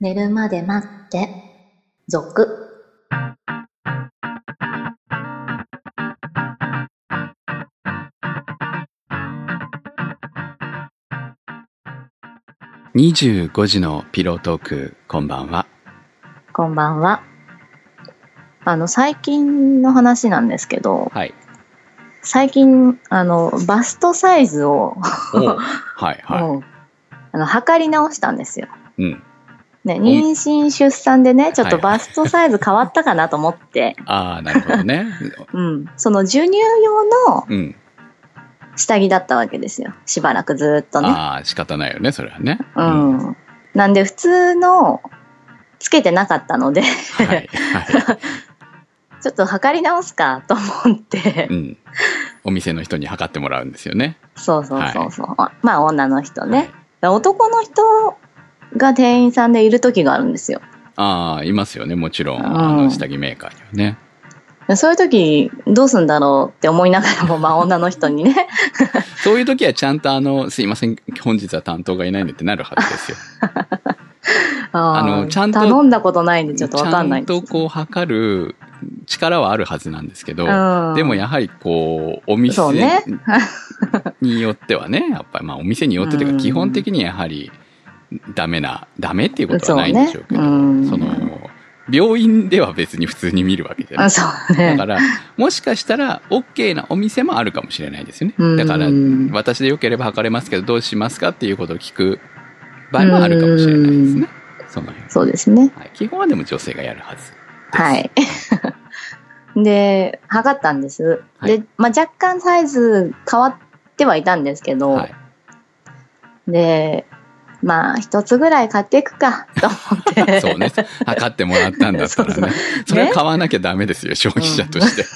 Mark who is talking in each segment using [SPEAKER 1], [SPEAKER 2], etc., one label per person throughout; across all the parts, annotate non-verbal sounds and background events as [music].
[SPEAKER 1] 寝るまで待って、続。
[SPEAKER 2] 25時のピロートーク、こんばんは。
[SPEAKER 1] こんばんは。あの、最近の話なんですけど、 [laughs]
[SPEAKER 2] はい。
[SPEAKER 1] 最近、あの、バストサイズを、
[SPEAKER 2] おはいは
[SPEAKER 1] もうあの、測り直したんですよ。
[SPEAKER 2] い。うん。
[SPEAKER 1] ね、妊娠、出産でね、ちょっとバストサイズ変わったかなと思って、
[SPEAKER 2] ああ、なるほどね。
[SPEAKER 1] [laughs]
[SPEAKER 2] [laughs]
[SPEAKER 1] うん。その授乳用の
[SPEAKER 2] うん。
[SPEAKER 1] 下着だったわけですよ。しばらくずーっとね。
[SPEAKER 2] ああ、仕方ないよね、それはね。
[SPEAKER 1] うん。なんで、普通の、つけてなかったので、
[SPEAKER 2] はい。は
[SPEAKER 1] ちょっと測り直すかと思って
[SPEAKER 2] い。う、ん。お店の人に測ってもらうんですよね。
[SPEAKER 1] そうそうそうそう。まあ、女の人ね。男の人が店員さんでいる時があるんですよ。
[SPEAKER 2] ああ、いますよね、もちろ
[SPEAKER 1] う
[SPEAKER 2] ん。
[SPEAKER 1] ん
[SPEAKER 2] あの、下着メーカーにはね。
[SPEAKER 1] そういう時、どうすんだろうって思いながら
[SPEAKER 2] [laughs]
[SPEAKER 1] も、まあ、女の人にね。
[SPEAKER 2] そういう時はちゃんとあの、すいません、本日は担当がいないんでってなるはずですよ。
[SPEAKER 1] あー
[SPEAKER 2] あのちゃんと
[SPEAKER 1] 頼んだことないんで、ちょっとわかんないん
[SPEAKER 2] ちゃ
[SPEAKER 1] で
[SPEAKER 2] ん
[SPEAKER 1] す
[SPEAKER 2] とこう測る力はあるはずなんですけど、
[SPEAKER 1] うん
[SPEAKER 2] でもやはりこう、お店
[SPEAKER 1] そうね
[SPEAKER 2] [laughs] によってはね、やっぱりまあお店によってとい
[SPEAKER 1] う
[SPEAKER 2] うか
[SPEAKER 1] ん
[SPEAKER 2] 基本的にやはりダメな、ダメっていうこと
[SPEAKER 1] そう
[SPEAKER 2] はないんでしょうけど、そ,、
[SPEAKER 1] ねうん
[SPEAKER 2] の、病院では別に普通に見るわけじゃない
[SPEAKER 1] あ。そう
[SPEAKER 2] だ
[SPEAKER 1] ね
[SPEAKER 2] か。ら、もしかしたら、OK なお店もあるかもしれないですよ
[SPEAKER 1] うん
[SPEAKER 2] ね。だから、私で良ければ測れますけど、どうしますかっていうことを聞く場合もあるかもしれないですね。その辺。
[SPEAKER 1] そうですね。
[SPEAKER 2] はい、基本はでも女性がやるはず。
[SPEAKER 1] はい。 [laughs] で、測ったんです。
[SPEAKER 2] はい
[SPEAKER 1] で、まあ、若干サイズ変わってはいたんですけど、
[SPEAKER 2] はい。
[SPEAKER 1] で、まあ、一つぐらい買っていくか、と思
[SPEAKER 2] [laughs]
[SPEAKER 1] って。
[SPEAKER 2] そ
[SPEAKER 1] [laughs]
[SPEAKER 2] うね。測ってもらったんだったら
[SPEAKER 1] そう
[SPEAKER 2] ね。それは買わなきゃダメですよ、消費者として。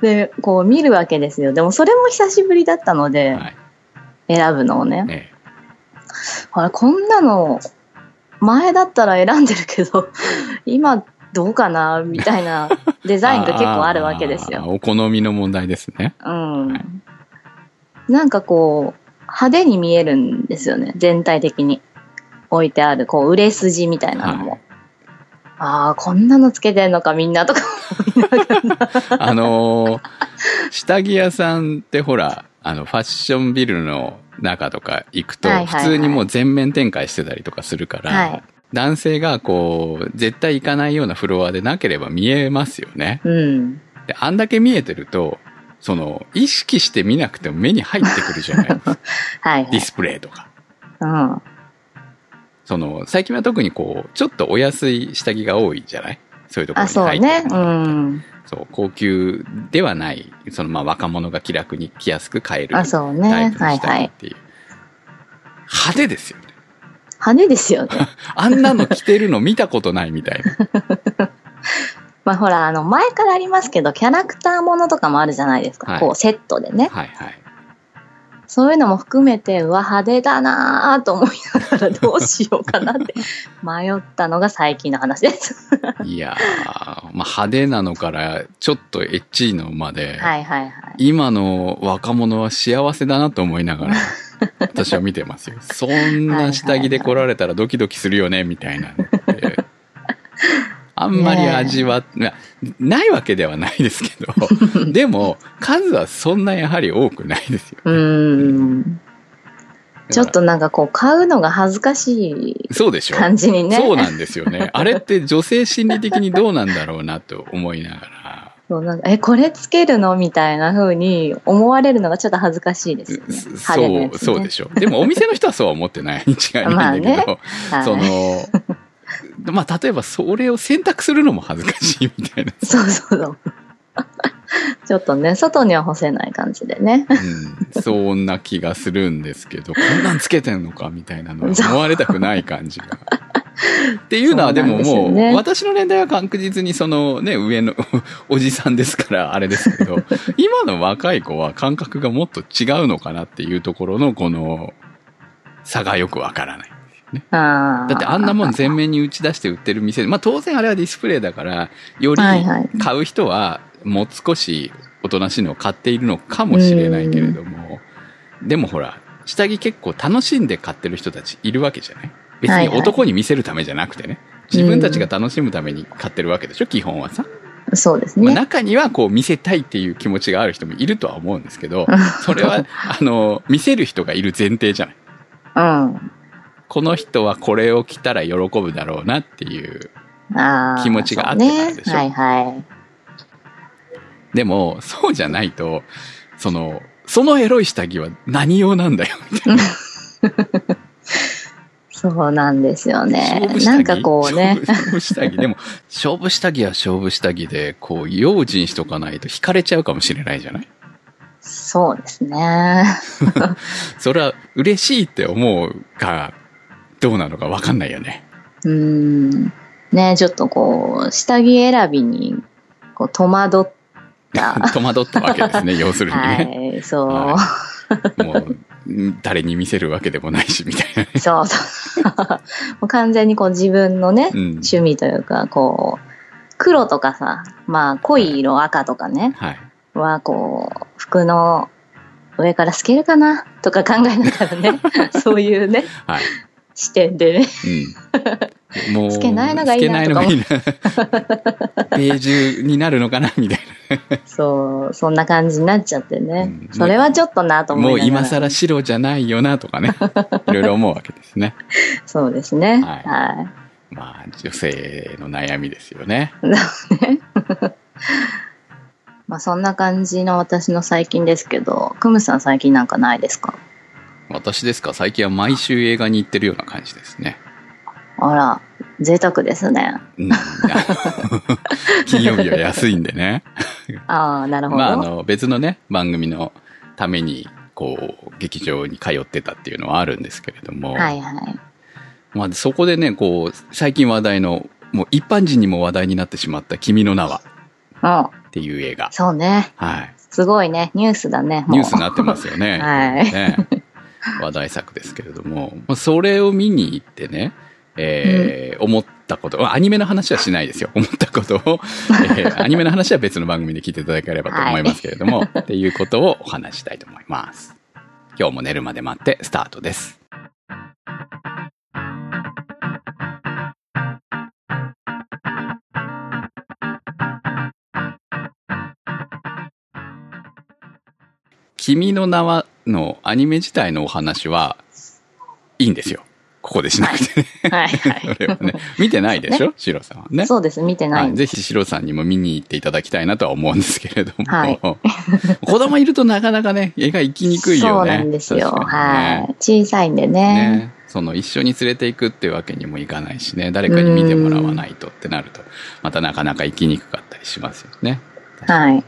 [SPEAKER 1] で、こう見るわけですよ。でも、それも久しぶりだったので、
[SPEAKER 2] はい。
[SPEAKER 1] 選ぶのを [laughs] ね。
[SPEAKER 2] え
[SPEAKER 1] あれ、こんなの、前だったら選んでるけど、 [laughs] 今、どうかな、みたい
[SPEAKER 2] [laughs]
[SPEAKER 1] なデ
[SPEAKER 2] え
[SPEAKER 1] ザインが結構あるわけです
[SPEAKER 2] あ
[SPEAKER 1] よ。
[SPEAKER 2] ーお好みの問題ですね。
[SPEAKER 1] うん。なんかこう、派手に見えるんですよね。全体的に。置いてある、こう、売れ筋みたいなのも。
[SPEAKER 2] はい
[SPEAKER 1] ああ、こんなのつけてんのか、みんなと
[SPEAKER 2] [laughs]
[SPEAKER 1] か。[laughs]
[SPEAKER 2] あのー下着屋さんってほら、あの、ファッションビルの中とか行くと、
[SPEAKER 1] はいはいはい
[SPEAKER 2] 普通にもう全面展開してたりとかするから、
[SPEAKER 1] はい。
[SPEAKER 2] 男性がこう、絶対行かないようなフロアでなければ見えますよね。
[SPEAKER 1] うん。
[SPEAKER 2] で、あんだけ見えてると、その、意識して見なくても目に入ってくるじゃないですか。
[SPEAKER 1] [laughs] はい、は
[SPEAKER 2] デ
[SPEAKER 1] い。
[SPEAKER 2] ィスプレイとか。
[SPEAKER 1] うん。
[SPEAKER 2] その、最近は特にこう、ちょっとお安い下着が多いじゃないそういうところ
[SPEAKER 1] あ、
[SPEAKER 2] に
[SPEAKER 1] そう
[SPEAKER 2] 入って
[SPEAKER 1] ね。
[SPEAKER 2] る
[SPEAKER 1] う
[SPEAKER 2] ものって
[SPEAKER 1] ん。
[SPEAKER 2] そう、高級ではない、そのまあ若者が気楽に着やすく買える
[SPEAKER 1] あ、そう
[SPEAKER 2] タイ
[SPEAKER 1] ね。
[SPEAKER 2] プの
[SPEAKER 1] はい、は
[SPEAKER 2] 下着っ
[SPEAKER 1] い。
[SPEAKER 2] ていう。派手ですよね。
[SPEAKER 1] 派手です
[SPEAKER 2] [laughs]
[SPEAKER 1] よね。
[SPEAKER 2] あんなの着てるの見たことないみた
[SPEAKER 1] [laughs]
[SPEAKER 2] いな。
[SPEAKER 1] まあ、ほら、あの、前からありますけど、キャラクターものとかもあるじゃないですか。
[SPEAKER 2] はい
[SPEAKER 1] こう、セットでね。
[SPEAKER 2] はいはい。
[SPEAKER 1] そういうのも含めて、うわ、派手だなぁと思いながら、どうしようかなっ
[SPEAKER 2] [laughs]
[SPEAKER 1] て迷ったのが最近の話です。
[SPEAKER 2] いやー、まあ派手なのから、ちょっとエッチーのまで、
[SPEAKER 1] はいはいはい。
[SPEAKER 2] 今の若者は幸せだなと思いながら、私は見てますよ。 [laughs] そんな下着で来られたらドキドキするよね、みたいなのって。あんまり味は、なないわけではないですけ [laughs] ど、でも、数はそんなやはり多くないですよ。
[SPEAKER 1] うーん。ちょっとなんかこう、買うのが恥ずかし
[SPEAKER 2] そうでし
[SPEAKER 1] い
[SPEAKER 2] ょ
[SPEAKER 1] 感じにね。
[SPEAKER 2] そうなんですよ [laughs] ね。あれって女性心理的にどうなんだろうなと思いながら。
[SPEAKER 1] そうなんかえ、これつけるのみたいな風に思われるのがちょっと恥ずかしいですよね。派手なやつ、
[SPEAKER 2] そ
[SPEAKER 1] ね。
[SPEAKER 2] う、そうでしょ。でもお店の人はそうは思ってないに違い
[SPEAKER 1] まあ
[SPEAKER 2] ないんだけど、
[SPEAKER 1] ねはい
[SPEAKER 2] その、まあ、例えばそれを選択するのも恥ずかしいみたいな。
[SPEAKER 1] そうそうそう。ちょっとね、外には干せない感じでね。
[SPEAKER 2] うん、そんな気がするんですけど、こんなんつけてんのかみたいなのは思われたくない感じが。っていうのはでも
[SPEAKER 1] そう
[SPEAKER 2] も
[SPEAKER 1] な
[SPEAKER 2] う、
[SPEAKER 1] んですよね
[SPEAKER 2] 私の年代は確実にそのね、上の [laughs] おじさんですからあれですけど、今の若い子は感覚がもっと違うのかなっていうところのこの差がよくわからない。
[SPEAKER 1] あー
[SPEAKER 2] だってあんなもん全面に打ち出して売ってる店で、まあ当然あれはディスプレイだから、より
[SPEAKER 1] はいはい
[SPEAKER 2] 買う人はもう少しおとなしいのを買っているのかもしれないけれども、でもほら、下着結構楽しんで買ってる人たちいるわけじゃない別
[SPEAKER 1] はい
[SPEAKER 2] に
[SPEAKER 1] はい
[SPEAKER 2] 男に見せるためじゃなくてね、自分たちが楽しむために買ってるわけでしょ、基本はさ。
[SPEAKER 1] そうです
[SPEAKER 2] まあ、
[SPEAKER 1] ね。
[SPEAKER 2] 中にはこう見せたいっていう気持ちがある人もいるとは思うんで
[SPEAKER 1] [laughs]
[SPEAKER 2] すけど、それは、あの、見せる人がいる前提じゃない。この人はこれを着たら喜ぶだろうなっていう。
[SPEAKER 1] うん。ああ。
[SPEAKER 2] 気持ちがあって
[SPEAKER 1] そう
[SPEAKER 2] なん
[SPEAKER 1] ね
[SPEAKER 2] で。しょ
[SPEAKER 1] はいはい。
[SPEAKER 2] でも、そうじゃないと、その、そのエロい下着は何用なんだよ。
[SPEAKER 1] そうなんですよね
[SPEAKER 2] 勝負。下着
[SPEAKER 1] なんかこうね。
[SPEAKER 2] 勝負勝負下着。でも、勝負下着は勝負下着で、こう、用心しとかないと惹かれちゃうかもしれないじゃない
[SPEAKER 1] そうですね。
[SPEAKER 2] それは嬉しいって思うか、どうなのかわかんないよね。
[SPEAKER 1] うーん。ね、ちょっとこう、下着選びに、こう、戸惑っ
[SPEAKER 2] [laughs]
[SPEAKER 1] た。
[SPEAKER 2] 戸惑ったわけですね、要するに
[SPEAKER 1] [laughs] は
[SPEAKER 2] ね。
[SPEAKER 1] い、そう、
[SPEAKER 2] はいもうん誰に見せるわけでもないし、みたいなね。
[SPEAKER 1] そう [laughs] そう。もう完全にこう自分のね、
[SPEAKER 2] うん
[SPEAKER 1] 趣味というか、こう、黒とかさ、まあ濃い色赤とかね、
[SPEAKER 2] はい。
[SPEAKER 1] はこう、服の上から透けるかなとか考えながら
[SPEAKER 2] [laughs]
[SPEAKER 1] ね、そういうね、
[SPEAKER 2] はい。
[SPEAKER 1] 視点でね。 [laughs]
[SPEAKER 2] うん。もう、
[SPEAKER 1] つけないのがいいな
[SPEAKER 2] つけないのがいいなベージュになるのかな、みたい
[SPEAKER 1] そう、そんな感じになっちゃってね。
[SPEAKER 2] うん
[SPEAKER 1] それはちょっとなと
[SPEAKER 2] な。
[SPEAKER 1] [laughs] 思いな
[SPEAKER 2] もう
[SPEAKER 1] がら。
[SPEAKER 2] 今更白じゃないよな、とかね。いろいろ思うわけですね。 [laughs]
[SPEAKER 1] そうですね。
[SPEAKER 2] はい
[SPEAKER 1] はい
[SPEAKER 2] まあ、女性の悩みですよね。
[SPEAKER 1] まあそんな感じの私の最近ですけど、クムさん最近なんかないですか
[SPEAKER 2] 私ですか、最近は毎週映画に行ってるような感じですね。
[SPEAKER 1] あら、贅沢ですね。
[SPEAKER 2] うん、 [laughs] 金曜日は安いんでね。
[SPEAKER 1] ああ、なるほど。
[SPEAKER 2] まあ、あの、別のね、番組のために、こう、劇場に通ってたっていうのはあるんですけれども、
[SPEAKER 1] はいはい。
[SPEAKER 2] まあ、そこでね、こう、最近話題の、もう一般人にも話題になってしまった君の名は
[SPEAKER 1] うん、
[SPEAKER 2] っていう映画。
[SPEAKER 1] そうね。
[SPEAKER 2] はい。
[SPEAKER 1] すごいね。ニュースだね。もう
[SPEAKER 2] ニュースになってますよね。
[SPEAKER 1] [laughs] はい
[SPEAKER 2] [laughs] ね話題作ですけれども、まあそれを見に行ってね、えー思ったこと、まあアニメの話はしないですよ。思ったことを、えー [laughs] アニメの話は別の番組で聞いていただければと思いますけれども、っていうことをお話ししたいと思います。今日も寝るまで待ってスタートです。君の名はのアニメ自体のお話はいいんですよ。ここでしなくてね。
[SPEAKER 1] はいは
[SPEAKER 2] それはね、見てないでしょ、シロさんはね
[SPEAKER 1] い。。そうです。見てな。
[SPEAKER 2] はいい、ぜひシロさんにも見に行っていただきたいなとは思うんですけれども、
[SPEAKER 1] はい
[SPEAKER 2] [laughs] 子供いるとなかなかね絵が行きにくいよね
[SPEAKER 1] そうなんですよ。
[SPEAKER 2] 確かに
[SPEAKER 1] は
[SPEAKER 2] ね
[SPEAKER 1] い。小さいんでね。
[SPEAKER 2] ねその一緒に連れて行くっていうわけにもいかないしね誰かに見てもらわないとってなるとまたなかなか行きにくかったりしますよね。
[SPEAKER 1] はい。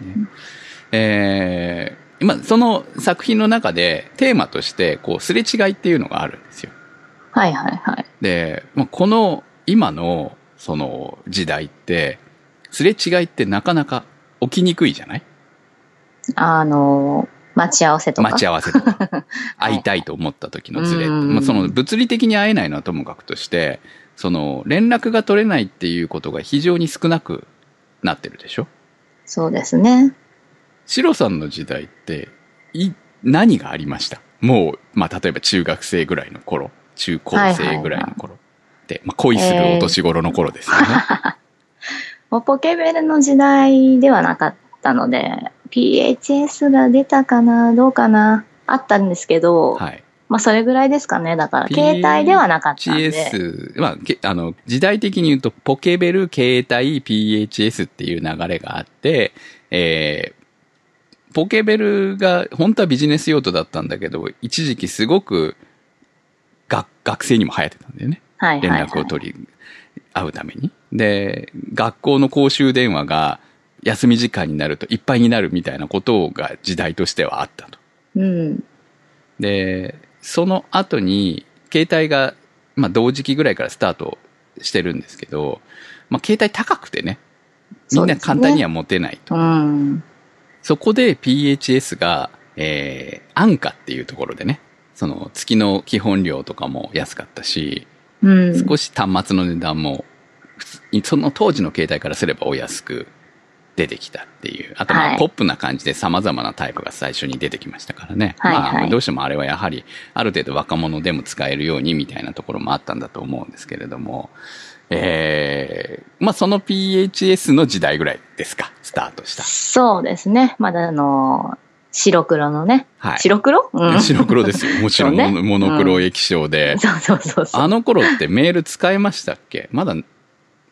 [SPEAKER 2] えー今その作品の中でテーマとしてこうすれ違いっていうのがあるんですよ。
[SPEAKER 1] はいはいはい。
[SPEAKER 2] で、まあ、この今のその時代ってすれ違いってなかなか起きにくいじゃない
[SPEAKER 1] あの、待ち合わせとか。
[SPEAKER 2] 待ち合わせとか会いたいと思った時のズレ、
[SPEAKER 1] うん
[SPEAKER 2] まあ、その物理的に会えないのはともかくとしてその連絡が取れないっていうことが非常に少なくなってるでしょ
[SPEAKER 1] そうですね。
[SPEAKER 2] シロさんの時代ってい何がありましたもう、まあ、例えば中学生ぐらいの頃中高生ぐらいの頃で、まあ、恋するお年頃の頃ですよね、
[SPEAKER 1] もうポケベルの時代ではなかったので、PHS が出たかな、どうかな、あったんですけど、
[SPEAKER 2] はい
[SPEAKER 1] まあそれぐらいですかね。だから、
[SPEAKER 2] PHS
[SPEAKER 1] 携帯ではなかったんで。
[SPEAKER 2] PHS、まあ、けあの、時代的に言うと、ポケベル、携帯、PHS っていう流れがあって、えーポケベルが本当はビジネス用途だったんだけど、一時期すごく学学生にも流行ってたんだよね。
[SPEAKER 1] はい
[SPEAKER 2] 連
[SPEAKER 1] はい、
[SPEAKER 2] 絡
[SPEAKER 1] は
[SPEAKER 2] を
[SPEAKER 1] い。
[SPEAKER 2] 取り、会うために。で、学校の公衆電話が休み時間になるといっぱいになるみたいなことが時代としてはあったと。
[SPEAKER 1] うん。
[SPEAKER 2] で、その後に、携帯が、まあ、同時期ぐらいからスタートしてるんですけど、まあ、携帯高くてね、みんな簡単に
[SPEAKER 1] は。
[SPEAKER 2] は持てないと。
[SPEAKER 1] う
[SPEAKER 2] そ,、
[SPEAKER 1] ん。
[SPEAKER 2] こで PHS が、えー、安価っていうところでね、その月の基本料とかも安かったし、
[SPEAKER 1] うん。
[SPEAKER 2] 少し端末の値段も、普通にその当時の携帯からすればお安く出てきたっていう。あと、ま
[SPEAKER 1] は
[SPEAKER 2] あ、
[SPEAKER 1] い
[SPEAKER 2] ポップな感じで様々なタイプが最初に出てきましたからね。
[SPEAKER 1] はい
[SPEAKER 2] ま
[SPEAKER 1] は
[SPEAKER 2] あ、
[SPEAKER 1] い
[SPEAKER 2] どうしてもあれはやはり、ある程度若者でも使えるようにみたいなところもあったんだと思うんですけれども、えー、まあ、その PHS の時代ぐらいですか、スタートした。
[SPEAKER 1] そうですね。まだあの、白黒のね。
[SPEAKER 2] はい。
[SPEAKER 1] 白黒うん。そう
[SPEAKER 2] 白黒です
[SPEAKER 1] [laughs]
[SPEAKER 2] よ。もちろ
[SPEAKER 1] そう
[SPEAKER 2] ん、
[SPEAKER 1] ね
[SPEAKER 2] モノモノクロ液晶
[SPEAKER 1] [laughs]
[SPEAKER 2] で。
[SPEAKER 1] そうそうそう。
[SPEAKER 2] あの頃ってメール使えましたっけまだ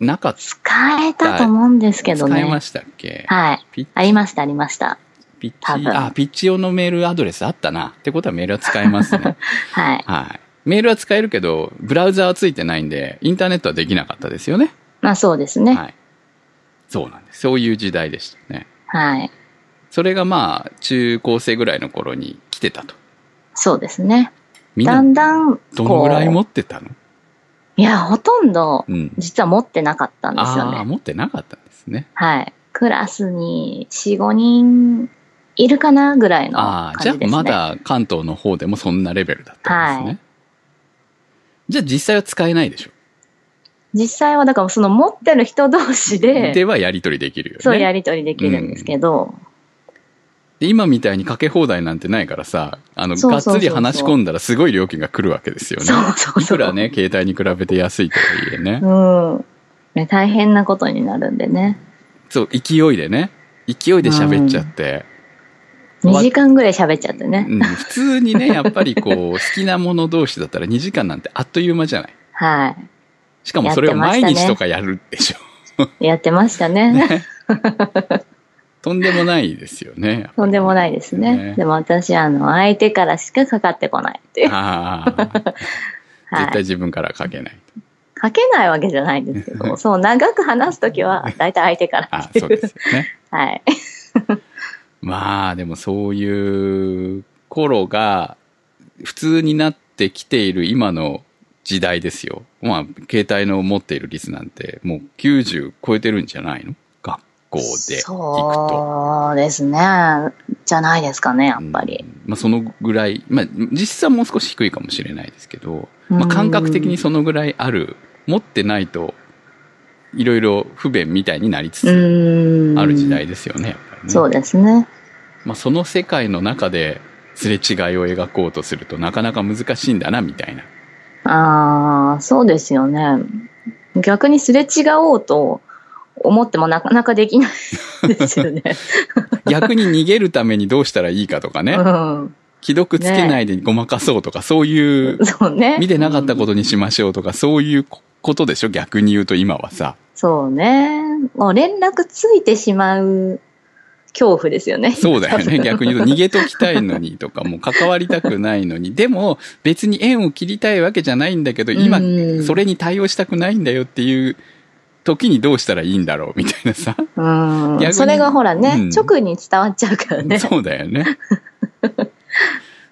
[SPEAKER 2] なかった
[SPEAKER 1] 使えたと思うんですけど
[SPEAKER 2] 使えま
[SPEAKER 1] ね。
[SPEAKER 2] したっけ
[SPEAKER 1] はい。
[SPEAKER 2] ピッ
[SPEAKER 1] ありました、ありました。
[SPEAKER 2] ピッチ、
[SPEAKER 1] 多分
[SPEAKER 2] あ、ピッチ用のメールアドレスあったな。ってことはメールは使えま
[SPEAKER 1] [laughs]
[SPEAKER 2] すね。
[SPEAKER 1] はい。
[SPEAKER 2] はい。メールは使えるけど、ブラウザはついてないんで、インターネットはできなかったですよね。
[SPEAKER 1] まあそうですね。
[SPEAKER 2] はい。そうなんです。そういう時代でしたね。
[SPEAKER 1] はい。
[SPEAKER 2] それがまあ、中高生ぐらいの頃に来てたと。
[SPEAKER 1] そうですね。
[SPEAKER 2] みん
[SPEAKER 1] だ、
[SPEAKER 2] なん
[SPEAKER 1] だん、こう
[SPEAKER 2] どのぐらい持ってたの
[SPEAKER 1] いや、ほとんど、
[SPEAKER 2] うん。
[SPEAKER 1] 実は持ってなかったんですよ
[SPEAKER 2] ああー、
[SPEAKER 1] ね。
[SPEAKER 2] 持ってなかったんですね。
[SPEAKER 1] はい。クラスに4、5人いるかなぐらいの
[SPEAKER 2] あ
[SPEAKER 1] 感じ
[SPEAKER 2] あ、じ
[SPEAKER 1] で
[SPEAKER 2] ゃあ
[SPEAKER 1] すね。
[SPEAKER 2] まだ関東の方でもそんなレベルだったんですね。
[SPEAKER 1] は
[SPEAKER 2] じゃあ実際は使えないでしょ。
[SPEAKER 1] 実際は、だからその持ってる人同士で、
[SPEAKER 2] ではやり取りできるよね。
[SPEAKER 1] そうやりとりできるんですけど、
[SPEAKER 2] で今みたいにかけ放題なんてないからさ、あの、
[SPEAKER 1] そう
[SPEAKER 2] が
[SPEAKER 1] そうそう
[SPEAKER 2] っつ
[SPEAKER 1] そう
[SPEAKER 2] り話し込んだらすごい料金が来るわけですよね。
[SPEAKER 1] そうそう
[SPEAKER 2] い
[SPEAKER 1] そう。
[SPEAKER 2] くらね、携帯に比べて安いとはいえね。
[SPEAKER 1] うん。ね大変なことになるんでね。
[SPEAKER 2] そう、勢いでね。勢いで喋っちゃって。わ
[SPEAKER 1] 2時間ぐらい喋っちゃってね。
[SPEAKER 2] うん、普通にね、やっぱりこう、好きなもの同士だったら2時間なんてあっという間じゃない。
[SPEAKER 1] は
[SPEAKER 2] しかもそれを毎
[SPEAKER 1] やってまし
[SPEAKER 2] 日
[SPEAKER 1] たね
[SPEAKER 2] とかやるでしょ。
[SPEAKER 1] い。やってましたね。
[SPEAKER 2] とんでもないですよね。
[SPEAKER 1] とんでもないですね。
[SPEAKER 2] ね
[SPEAKER 1] でも私、あの、相手からしかかかってこないっていう。
[SPEAKER 2] ああ。絶
[SPEAKER 1] は
[SPEAKER 2] 対
[SPEAKER 1] い。
[SPEAKER 2] 自分から書けない。
[SPEAKER 1] かけないわけじゃないんですけ
[SPEAKER 2] [laughs]
[SPEAKER 1] ど、そう、長く話すときは、大体相手から
[SPEAKER 2] あ
[SPEAKER 1] ってい
[SPEAKER 2] そう
[SPEAKER 1] う。
[SPEAKER 2] ですよね。
[SPEAKER 1] [laughs] はい。
[SPEAKER 2] まあ、でもそういう頃が普通になってきている今の時代ですよ。まあ、携帯の持っている率なんてもう90超えてるんじゃないの学校で行くと。
[SPEAKER 1] そうですね。じゃないですかね、やっぱり
[SPEAKER 2] う。んまあ、そのぐらい、まあ、実際はもう少し低いかもしれないですけど、まあ、感覚的にそのぐらいある、持ってないと、いろいろ不便みたいになりつ
[SPEAKER 1] う
[SPEAKER 2] つ
[SPEAKER 1] ん。うん
[SPEAKER 2] ある時代ですよね、やっぱりね。
[SPEAKER 1] そうですね。
[SPEAKER 2] まあ、その世界の中ですれ違いを描こうとするとなかなか難しいんだなみたい
[SPEAKER 1] [laughs]
[SPEAKER 2] な。
[SPEAKER 1] ああ、そうですよね。逆にすれ違おうと思ってもなかなかできないです
[SPEAKER 2] [laughs]
[SPEAKER 1] よね。
[SPEAKER 2] 逆に逃げるためにどうしたらいいかとか
[SPEAKER 1] うん。
[SPEAKER 2] ね、既読つけないでごまかそうとか、そういう、
[SPEAKER 1] そうね。
[SPEAKER 2] 見てなかったことにしましょうとか、そういうことでしょ逆に言うと今はさ。
[SPEAKER 1] そうね。もう連絡ついてしまう恐怖ですよね。
[SPEAKER 2] そうだ
[SPEAKER 1] [laughs]
[SPEAKER 2] よね。逆に言うと
[SPEAKER 1] げ。
[SPEAKER 2] 逃げときたいのにとか、もう関わりたくないのに。でも、別に縁を切りたいわけじゃないんだけど、今
[SPEAKER 1] う、ん
[SPEAKER 2] それに対応したくないんだよっていう時にどうしたらいいんだろうみたいなさ。
[SPEAKER 1] う
[SPEAKER 2] 逆に
[SPEAKER 1] ん。それがほらね、
[SPEAKER 2] うん
[SPEAKER 1] 直に伝わっちゃうからね。
[SPEAKER 2] そうだよね。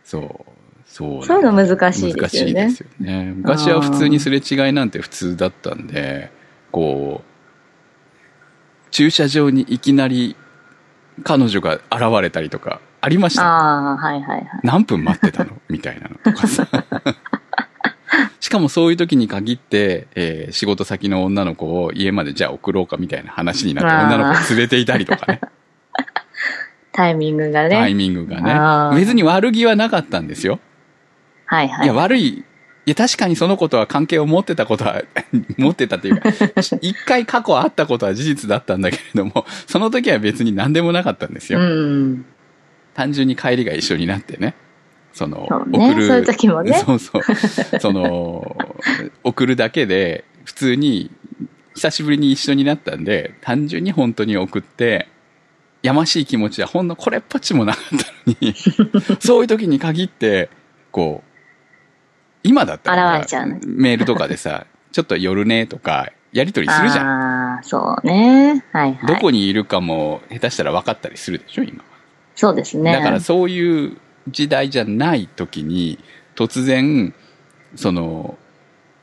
[SPEAKER 2] そう。そう
[SPEAKER 1] そういうの難しい
[SPEAKER 2] 難
[SPEAKER 1] で
[SPEAKER 2] し
[SPEAKER 1] すよ
[SPEAKER 2] い
[SPEAKER 1] ね
[SPEAKER 2] ですよね。昔は普通にすれ違いなんて普通だったんで、こう、駐車場にいきなり彼女が現れたりとかありました。
[SPEAKER 1] ああ、はいはいはい。
[SPEAKER 2] 何分待って
[SPEAKER 1] [laughs]
[SPEAKER 2] たのみたいなのとかさ。しかもそういう時に限って、えー仕事先の女の子を家までじゃあ送ろうかみたいな話になって女の子を連れていたりとかね。
[SPEAKER 1] タイミングが
[SPEAKER 2] タ
[SPEAKER 1] ね。
[SPEAKER 2] イミング
[SPEAKER 1] あ
[SPEAKER 2] が
[SPEAKER 1] ー
[SPEAKER 2] ね。別に悪気はなかったんですよ。
[SPEAKER 1] はい
[SPEAKER 2] い、や、
[SPEAKER 1] はい。
[SPEAKER 2] 悪い。いや、確かにそのことは関係を持ってたことは、 [laughs] 持ってた
[SPEAKER 1] [laughs]
[SPEAKER 2] というか、一回過去あったことは事実だったんだけれども、その時は別に何でもなかったんです
[SPEAKER 1] う
[SPEAKER 2] よ。
[SPEAKER 1] ん。
[SPEAKER 2] 単純に帰りが一緒になってね。その、
[SPEAKER 1] そうね
[SPEAKER 2] 送る。
[SPEAKER 1] そういう時もね
[SPEAKER 2] [laughs] そうそう。その、送るだけで、普通に、久しぶりに一緒になったんで、単純に本当に送って、やましい気持ちはほんのこれっぽっちもなかった
[SPEAKER 1] [laughs]
[SPEAKER 2] のに、そういう時に限って、こう、今だったら
[SPEAKER 1] 現れちゃうね
[SPEAKER 2] メールとか
[SPEAKER 1] [laughs]
[SPEAKER 2] でさ、ちょっと寄るねとか、やりとりするじゃん。
[SPEAKER 1] ああ、そうね。はいはい。
[SPEAKER 2] どこにいるかも下手したら分かったりするでしょ、今。
[SPEAKER 1] そうですね。
[SPEAKER 2] だからそういう時代じゃない時に突然その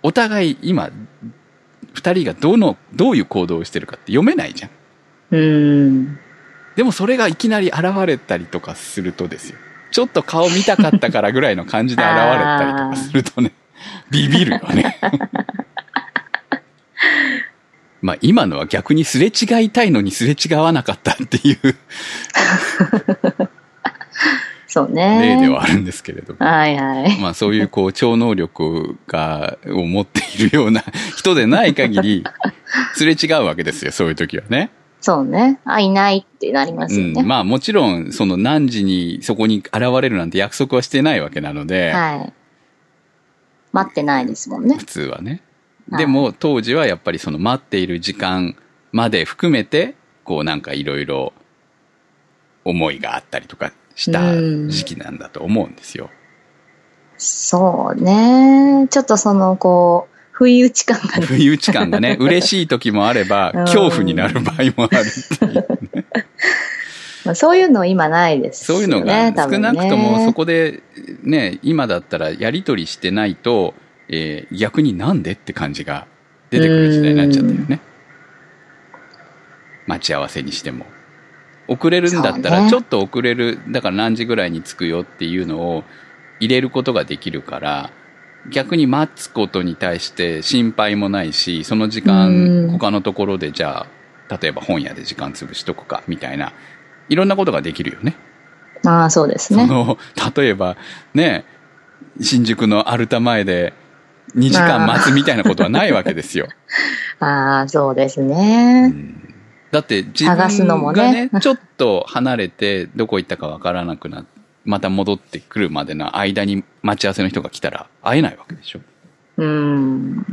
[SPEAKER 2] お互い今2人がどのどういう行動をしてるかって読めないじゃん
[SPEAKER 1] うん。
[SPEAKER 2] でもそれがいきなり現れたりとかするとですよちょっと顔見たかったからぐらいの感じで現れたりとかするとねビビるよねまあ今のは逆にすれ違いたいのにすれ違わなかったっていう
[SPEAKER 1] そうね。
[SPEAKER 2] 例ではあるんですけれども。
[SPEAKER 1] はいはい。
[SPEAKER 2] まあそういうこう超能力が、を持っているような [laughs] 人でない限り、すれ違うわけですよ、そういう時はね。
[SPEAKER 1] そうね。あ、いないってなりますよ
[SPEAKER 2] うん。
[SPEAKER 1] ね。
[SPEAKER 2] まあもちろん、その何時にそこに現れるなんて約束はしてないわけなので、
[SPEAKER 1] はい。待ってないですもんね
[SPEAKER 2] 普。通はね。
[SPEAKER 1] はい
[SPEAKER 2] でも当時はやっぱりその待っている時間まで含めて、こうなんかいろいろ思いがあったりとかした
[SPEAKER 1] うん
[SPEAKER 2] 時期なんだと思うんですよ。 [laughs]
[SPEAKER 1] そうね。ちょっとその、こう、不意打ち感
[SPEAKER 2] [laughs]
[SPEAKER 1] がね。
[SPEAKER 2] 不意打ち感がね、嬉しい時もあれば、
[SPEAKER 1] うん
[SPEAKER 2] 恐怖になる場合もあるっていう。
[SPEAKER 1] まあ、そういうの今ないです
[SPEAKER 2] そう
[SPEAKER 1] よ
[SPEAKER 2] い
[SPEAKER 1] ね。
[SPEAKER 2] うのが、
[SPEAKER 1] 多
[SPEAKER 2] 少
[SPEAKER 1] 分ね
[SPEAKER 2] なくともそこで、ね、今だったらやりとりしてないと、えー逆になんでって感じが出てくる時代になっちゃったよね。待ち合わせにしても。遅れるんだった
[SPEAKER 1] そう
[SPEAKER 2] ら、
[SPEAKER 1] ね
[SPEAKER 2] ちょっと遅れる、だから何時ぐらいに着くよっていうのを入れることができるから、逆に待つことに対して心配もないし、その時
[SPEAKER 1] う
[SPEAKER 2] 間、
[SPEAKER 1] ん
[SPEAKER 2] 他のところでじゃあ、例えば本屋で時間潰しとくか、みたいな、いろんなことができるよね。
[SPEAKER 1] ああ、そうです
[SPEAKER 2] そ
[SPEAKER 1] ね。
[SPEAKER 2] の、例えば、ね、新宿のアルタ前で2時間待つみたいなことはないわけですよ。
[SPEAKER 1] ああ、そうです [laughs]
[SPEAKER 2] う
[SPEAKER 1] ね。
[SPEAKER 2] んだって自
[SPEAKER 1] 探すのも
[SPEAKER 2] 分がね
[SPEAKER 1] ね、
[SPEAKER 2] ちょっと離れてどこ行ったかわからなくなまた戻ってくるまでの間に待ち合わせの人が来たら会えないわけでしょ。
[SPEAKER 1] うん。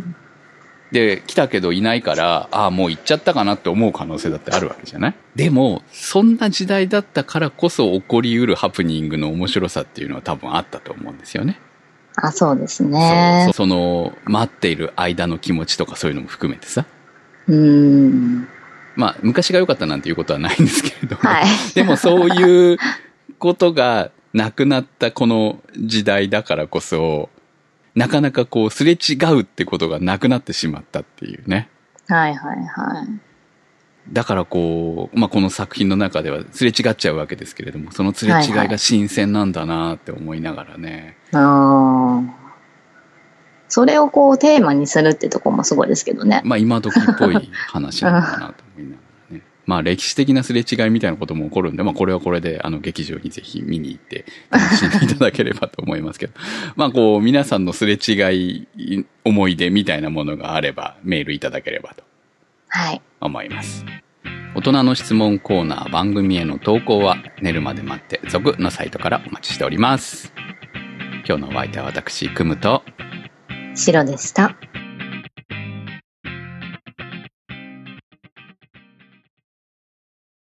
[SPEAKER 2] で、来たけどいないから、ああ、もう行っちゃったかなって思う可能性だってあるわけじゃないでも、そんな時代だったからこそ起こりうるハプニングの面白さっていうのは多分あったと思うんですよね。
[SPEAKER 1] あそうです
[SPEAKER 2] そう
[SPEAKER 1] ね。
[SPEAKER 2] その待っている間の気持ちとかそういうのも含めてさ
[SPEAKER 1] うん。
[SPEAKER 2] まあ昔が良かったなんていうことはないんですけれども、
[SPEAKER 1] はい。
[SPEAKER 2] [laughs] でもそういうことがなくなったこの時代だからこそなかなかこうすれ違うってことがなくなってしまったっていうね
[SPEAKER 1] はいはいはい。
[SPEAKER 2] だからこう、まあ、この作品の中ではすれ違っちゃうわけですけれどもそのすれ違いが新鮮なんだなって思いながらね、
[SPEAKER 1] ああ。それをこうテーマにするってとこもすごいですけどね。
[SPEAKER 2] まあ今時っぽい話なのかなと思いながらね。まあ歴史的なすれ違いみたいなことも起こるんで、まあこれはこれであの劇場にぜひ見に行って楽しんでいただければと思いますけど、まあこう皆さんのすれ違い思い出みたいなものがあればメールいただければと
[SPEAKER 1] はい。
[SPEAKER 2] 思います。大人の質問コーナー番組への投稿は寝るまで待って続のサイトからお待ちしております。今日のお相手は私、くむと
[SPEAKER 1] 白でした。